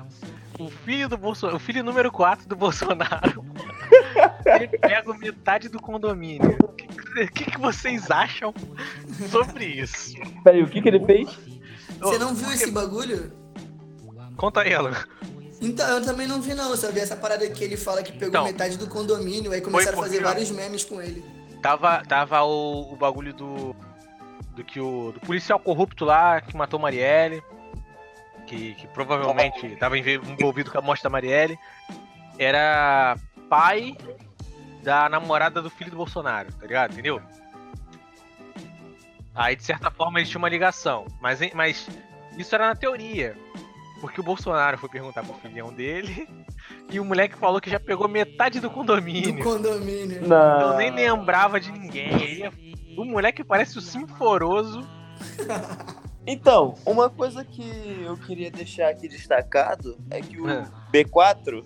O filho do Bolsonaro. O filho número 4 do Bolsonaro. Ele pega metade do condomínio. O que, que- que que vocês acham sobre isso? Peraí, o que, que ele fez? Você não viu esse bagulho? Conta aí, Alan. Então, eu também não vi não, eu só vi essa parada que ele fala que pegou Então. metade do condomínio, aí começaram a fazer porque- vários memes com ele. Tava, tava o, o bagulho do. Do que o. Do policial corrupto lá que matou Marielle. Que, que provavelmente tava enve- envolvido com a morte da Marielle. Era pai da namorada do filho do Bolsonaro, tá ligado? Entendeu? Aí, de certa forma, eles tinham uma ligação. Mas, em- mas isso era na teoria. Porque o Bolsonaro foi perguntar pro filhão dele. E o moleque falou que já pegou metade do condomínio. Do condomínio. Não. Eu nem lembrava de ninguém. Ele é- O moleque parece o Sinforoso. Então, uma coisa que eu queria deixar aqui destacado é que o É. B4,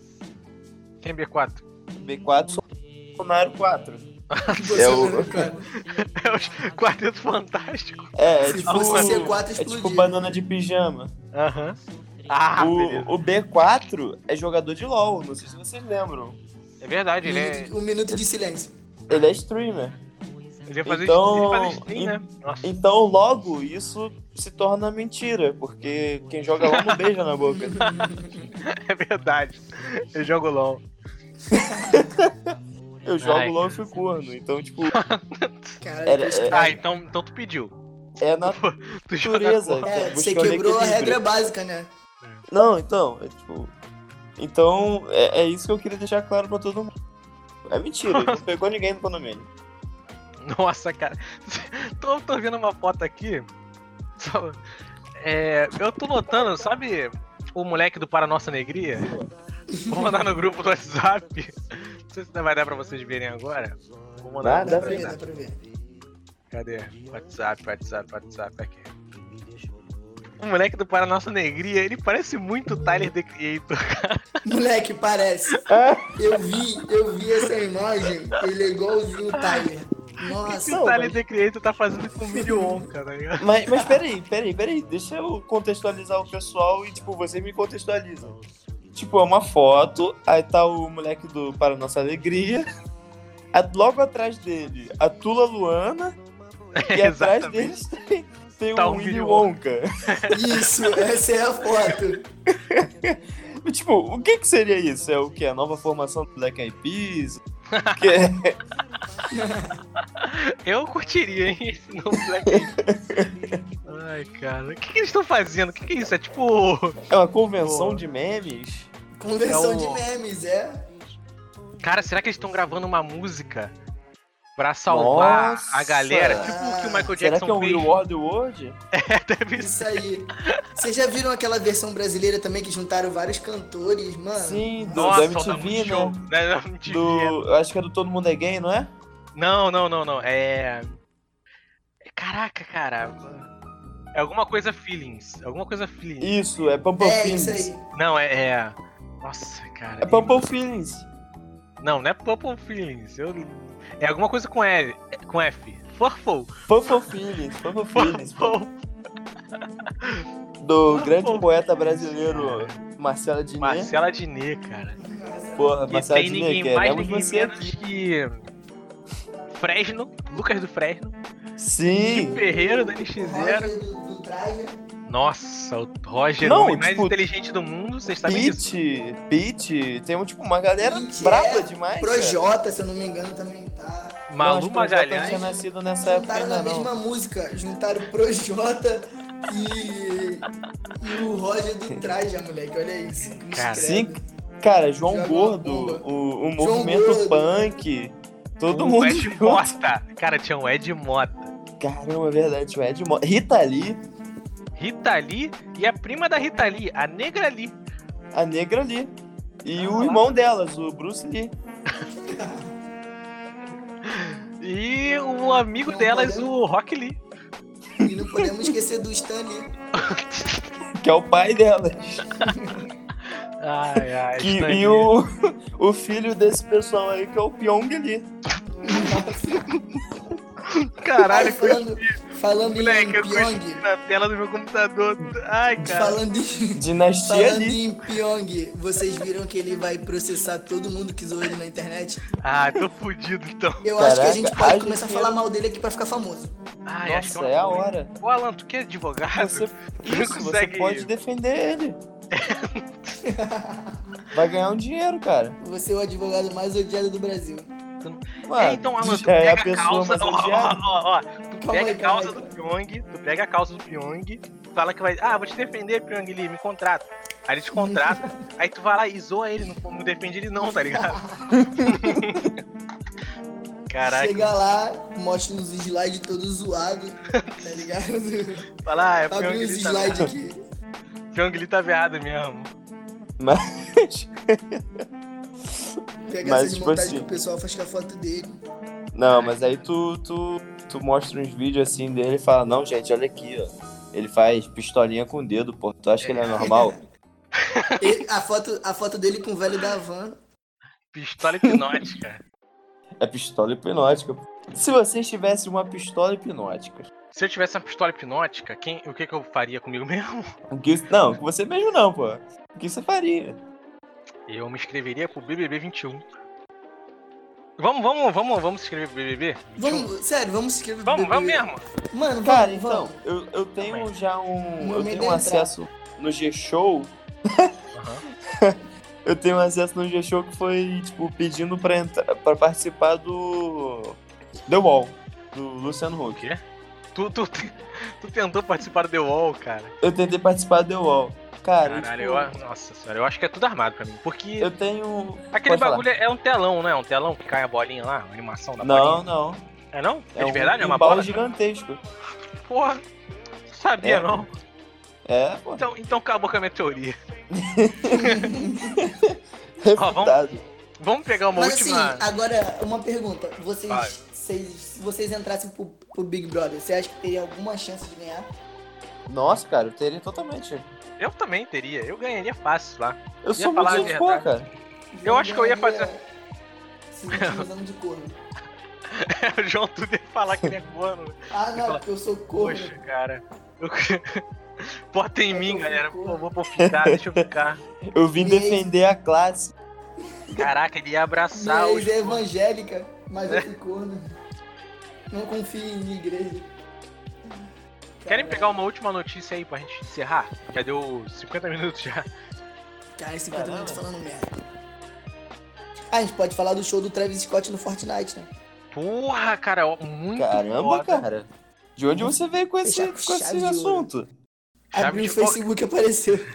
Quem é B4? B4 são Bolsonaro 4. Que Bolsonaro, É o- cara. É o Quarteto Fantástico. É, é Se tipo, fosse C4 é tipo explodir. banana de pijama. Aham. Ah, beleza. o, o B4 é jogador de LoL, não sei se vocês lembram. É verdade, ele é. Minuto- Um minuto de silêncio. Ele é streamer. Ele ia fazer Então, ele faz stream, né? Nossa. Então, logo, isso se torna mentira, porque quem joga LoL não beija na boca. É verdade. Eu jogo LOL. Eu jogo Ai. LoL e fui corno, então, tipo, Cara, Era- depois- Ah, então, então tu pediu. é na Tu joga natureza. É, Buscar você o quebrou a equilíbrio. regra básica, né? Não, então, é tipo. Então, é, é isso que eu queria deixar claro pra todo mundo. É mentira, ele não pegou ninguém no condomínio. Nossa, cara. tô, tô vendo uma foto aqui. Só- É, eu tô notando, sabe o moleque do Para Nossa Alegria? Vou mandar no grupo do WhatsApp. Não sei se vai dar pra vocês verem agora. Vou Dá, mandar. Dá dá pra ver, pra dá pra ver. Cadê? WhatsApp, WhatsApp, WhatsApp aqui. O moleque do Para Nossa Alegria, ele parece muito o Tyler The Creator. Moleque, parece. Eu vi, eu vi essa imagem, ele é igualzinho o Tyler. Nossa, Não, o Tyler mas- The Creator tá fazendo com o Milionca, tá ligado? Mas, mas peraí, peraí, peraí, deixa eu contextualizar o pessoal e, tipo, você me contextualiza. Tipo, é uma foto, aí tá o moleque do Para Nossa Alegria, a- logo atrás dele a Tula Luana, e atrás Exatamente. deles tem, tem Tá o um Willy Willy Wonka. isso, essa é a foto. tipo, o que que seria isso? É o que? A nova formação do Black Eyed Peas? O que é? Eu curtiria, hein? Esse novo Black Eyed Peas. Ai, cara. O que, que eles estão fazendo? O que, que é isso? É tipo. É uma convenção Pô. de memes? Conversão É o- de memes, é? Cara, será que eles estão gravando uma música pra salvar Nossa. a galera. Tipo o que o Michael Será Jackson que é um fez. Reward World? Deve ser. Isso aí. Vocês já viram aquela versão brasileira também que juntaram vários cantores, mano? Sim, do, Nossa, da faltava um MTV, show. né? Da MTV, é. Do, eu acho que é do Todo Mundo é Gay, não é? Não, não, não, não. É. Caraca, cara. É alguma coisa feelings. Alguma coisa feelings. Isso, é Pump Up É, isso Feelings. aí. Não, é. é- Nossa, cara. É Pump Up Feelings. Não, não é Purple Feelings. eu- É alguma coisa com L, com F. Furful. Pump Up Feelings, Pump Up Feelings. Furful. Do Pump grande Up poeta brasileiro Marcelo Diné. Marcela Diné, cara. Porra, E Marcelo tem Diné, ninguém mais, queremos ninguém você é menos aqui. que. Fresno, Lucas do Fresno, Gui Sim. Ferreira do NX0. Roger do- do Driver. Nossa, o Roger, Não, o homem mais tipo, inteligente do mundo, vocês sabem disso? Pete, Pete, tem tipo, uma galera Pete, brava é, demais. cara. Projota, se eu não me engano, também tá. Não, acho Malu que o Projota não tinha Magalhães. nascido nessa época Juntaram na ainda, não. mesma música. Juntaram Projota e. e o Roger do Traja, moleque. Olha isso. que Cara, credo. Sim, cara, João Joga uma Gordo, bomba. o, o João movimento Gordo. punk, todo o mundo Ed junto. Mota. Cara, tinha um Ed Mota. Caramba, é verdade, o Ed Mo... Rita Lee, Rita Lee e a prima da Rita Lee, a Negra Lee. a negra Lee. E Ah, o lá. irmão delas, o Bruce Lee. E o amigo Não delas, podemos. o Rock Lee. E não podemos esquecer do Stanley. Que é o pai delas. Ai, ai, Que- Stan e Lee. o, o filho desse pessoal aí, que é o Pyong Lee. Aí Caralho, falando, falando moleque, em eu cuspi Pyong. na tela do meu computador. Ai, cara. Falando em. Dinastia Falando Lee. em Pyong, vocês viram que ele vai processar todo mundo que zoou ele na internet? Ah, tô fudido então. Eu acho que a Caraca, gente a pode gente- começar a falar mal dele aqui pra ficar famoso. Ai, acho que Nossa, uma é a boa, hein? hora. Ô, Alan, tu que é advogado? Você, não isso, você consegue- pode defender ele. Vai ganhar um dinheiro, cara. Você é o advogado mais odiado do Brasil. Mano, é, então, Alan, tu já é a pega a pessoa causa. mais Ó, ó, odiada. ó, ó, tu Calma aí, pega a calma causa aí, do calma. Pyong, tu pega a causa do Pyong, fala que vai. Ah, vou te defender, Pyong Lee, me contrata. Aí ele te contrata, aí tu vai lá e zoa ele, não, não defende ele não, tá ligado? Caraca, Chega lá, mostra uns slides todos zoados, tá ligado? fala, ah, é Pyong Abre uns Lee tá slides viado. aqui. Pyong Lee tá veado mesmo. Mas. Pega Mas, essas tipo montagens assim- que o pessoal faz com a foto dele. Não, mas aí tu, tu, tu mostra uns vídeos assim dele e fala, não, gente, olha aqui, ó. Ele faz pistolinha com o dedo, pô. Tu acha que ele é normal? E a, foto, a foto dele com o velho da van. Pistola hipnótica. É pistola hipnótica. pô. Se vocês tivessem uma pistola hipnótica. Se eu tivesse uma pistola hipnótica, quem, o que, que eu faria comigo mesmo? o que- Não, com você mesmo não, pô. O que você faria? Eu me inscreveria pro BBB 21. Vamos, vamos, vamos, vamos se inscrever pro BBB? 21? Vamos, sério, vamos se inscrever pro vamos, vamos BBB. mesmo. Mano, vamos, Cara, vamos. então, eu, eu tenho Também. já um. Meu Eu medo tenho é entrar. um acesso no G-Show. Eu tenho um acesso no G-Show que foi, tipo, pedindo pra, entrar, pra participar do. The Wall, do Luciano O Huck. quê? Tu, tu, tu tentou participar do The Wall, cara. Eu tentei participar do The Wall. Cara, Caralho, tipo, eu, nossa senhora, eu acho que é tudo armado pra mim. Porque eu tenho. aquele pode falar. bagulho é um telão, né? Um telão que cai a bolinha lá, a animação da Não, bolinha. não. É não? É, de um verdade? É uma pinball bola? gigantesco. Porra, não sabia É. não. É, pô. Então, então acabou com a minha teoria. Refutado. Vamos pegar uma Mas última... assim, agora uma pergunta. Vocês, Vai. vocês- se vocês entrassem pro, pro Big Brother, você acha que teria alguma chance de ganhar? Nossa, cara, eu teria totalmente. Eu também teria, eu ganharia fácil lá. Eu sou falar muito a gente boa, cara. Eu acho que eu ia Ganharia Se utilizando de corno. o João tudo ia falar que ele é corno. Ah, não, porque eu sou corno. Poxa, cara. Eu... Bota em mim, É Eu galera. fico. Por favor, pra eu ficar, deixa eu ficar. Eu vim E aí? defender a classe. Caraca, ele ia abraçar Minha os. ex é evangélica, mas É. eu fui corno. Não confio em igreja. Querem Caralho. pegar uma última notícia aí pra gente encerrar? Já deu 50 minutos já. Cara, esse cara Caramba. tá falando merda. Ah, a gente pode falar do show do Travis Scott no Fortnite, né? Porra, cara, ó, muito Caramba, foda. cara. De onde você veio com esse, Fechar com com chave esse de ouro. assunto? Chave Abriu o de boca. Facebook e apareceu.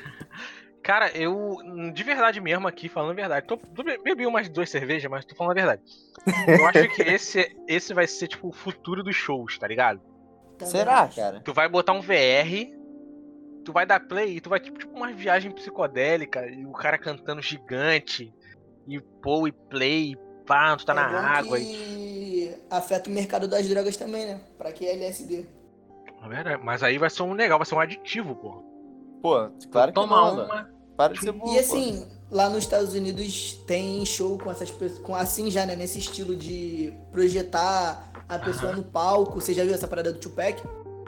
Cara, eu, de verdade mesmo aqui, falando a verdade, tô, tô be- bebi umas duas cervejas, mas tô falando a verdade. Eu acho que esse, esse vai ser, tipo, o futuro dos shows, tá ligado? Também Será, acho. cara? Tu vai botar um VR, tu vai dar play e tu vai, tipo, tipo uma viagem psicodélica, e o cara cantando gigante, e pô, e play, e pá, tu tá É na bom água. e- Que afeta o mercado das drogas também, né? Pra quem é LSD. Na verdade, Mas aí vai ser um legal, vai ser um aditivo, pô. Pô, claro que Toma não, mano. uma. Para de ser burro, E assim, lá nos Estados Unidos tem show com essas pe- com assim já, né? Nesse estilo de projetar a pessoa Aham. no palco. Você já viu essa parada do Tupac?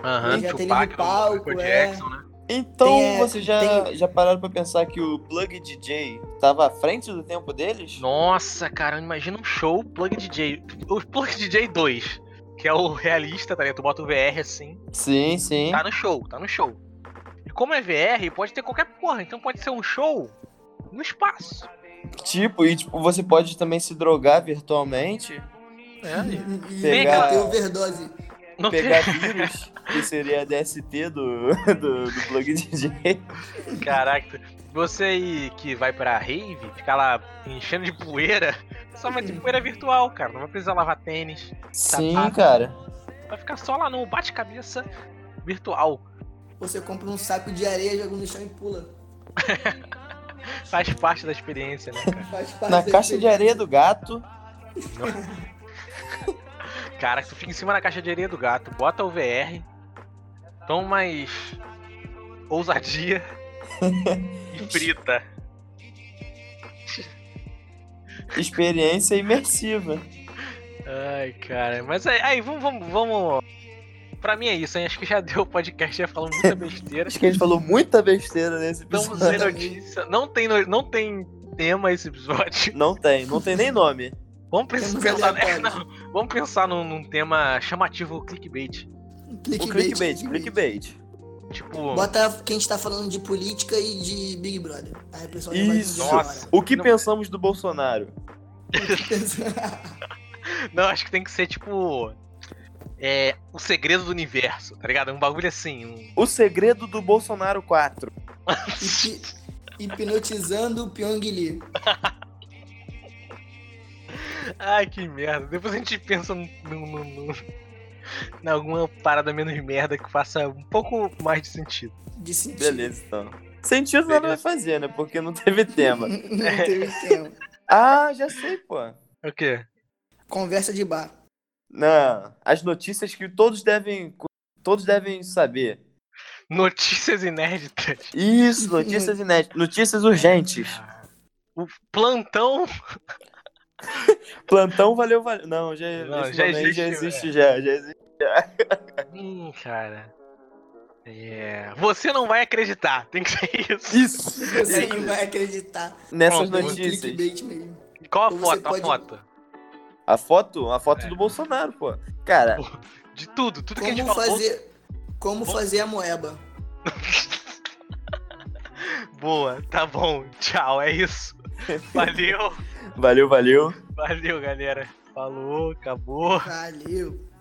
Aham, Já tem ele no Tupac, palco, Michael é. Jackson, né? pô. Então tem, é, vocês já, tem- já pararam pra pensar que o Plug DJ tava à frente do tempo deles? Nossa, cara, imagina um show Plug DJ. O Plug DJ 2, que é o realista, tá ligado? Tu bota o VR assim, Sim, sim. tá no show, tá no show. E como é VR, pode ter qualquer porra, então pode ser um show no espaço. Tipo, e tipo, você pode também se drogar virtualmente, né? E Pegar- ter overdose. Não tem- pegar vírus, que seria a DST do, do, do Plug DJ. Tá, Caraca, você aí que vai pra rave, ficar lá enchendo de poeira, só vai ter poeira virtual, cara. Não vai precisar lavar tênis. Sim, Sapato. cara. Vai ficar só lá no bate-cabeça virtual. Você compra um saco de areia, joga no chão e pula. Faz parte da experiência, né, cara? Faz parte Na da caixa de experiência. areia do gato. Cara, tu fica em cima da caixa de areia do gato, bota o VR, toma mais ousadia e frita. Experiência imersiva. Ai, cara, mas é, aí, aí, vamos, vamos, vamos. Pra mim é isso, hein? Acho que já deu o podcast, já falou muita besteira. Acho que a gente falou muita besteira nesse Estamos episódio. sem notícia. Não tem, no- não tem tema esse episódio. Não tem, não tem nem nome. Vamos pens- Temos pensar, é, aleatórios. não, vamos pensar num, num tema chamativo clickbait. Um O clickbait, clickbait. Tipo, Bota quem está falando de política e de Big Brother. Aí o pessoal já vai Isso. embora. Nossa. O que Não. pensamos do Bolsonaro? Não, acho que tem que ser tipo. É. O segredo do universo, tá ligado? Um bagulho assim. um- O segredo do Bolsonaro 4. Hipi- Hipnotizando o Pyong Lee. Ai, que merda. Depois a gente pensa num. num, num, num... em alguma parada menos merda que faça um pouco mais de sentido. De sentido. Beleza, então. Sentido nada vai Beleza. fazer, né? Porque não teve tema. Não teve tempo. Ah, já sei, pô. É O quê? Conversa de bar. Não, as notícias que todos devem todos devem saber. Notícias inéditas. Isso, notícias inéditas, notícias urgentes. O plantão. Plantão valeu, valeu. Não, já, Não, esse já é. nome aí já existe, existe já, já existe. Hum, cara. É. Você não vai acreditar. Tem que ser isso. Isso. Você não vai acreditar. Nessas Pronto, Foi um notícias. clickbait mesmo. E Qual a Ou você foto? A pode- foto. A foto, a foto É. do Bolsonaro, pô. Cara, De tudo, tudo que a gente Como falou. fazer. Como fazer a moeba. Boa, tá bom. Tchau, é isso. Valeu. valeu, valeu. Valeu, galera. Falou, acabou. Valeu.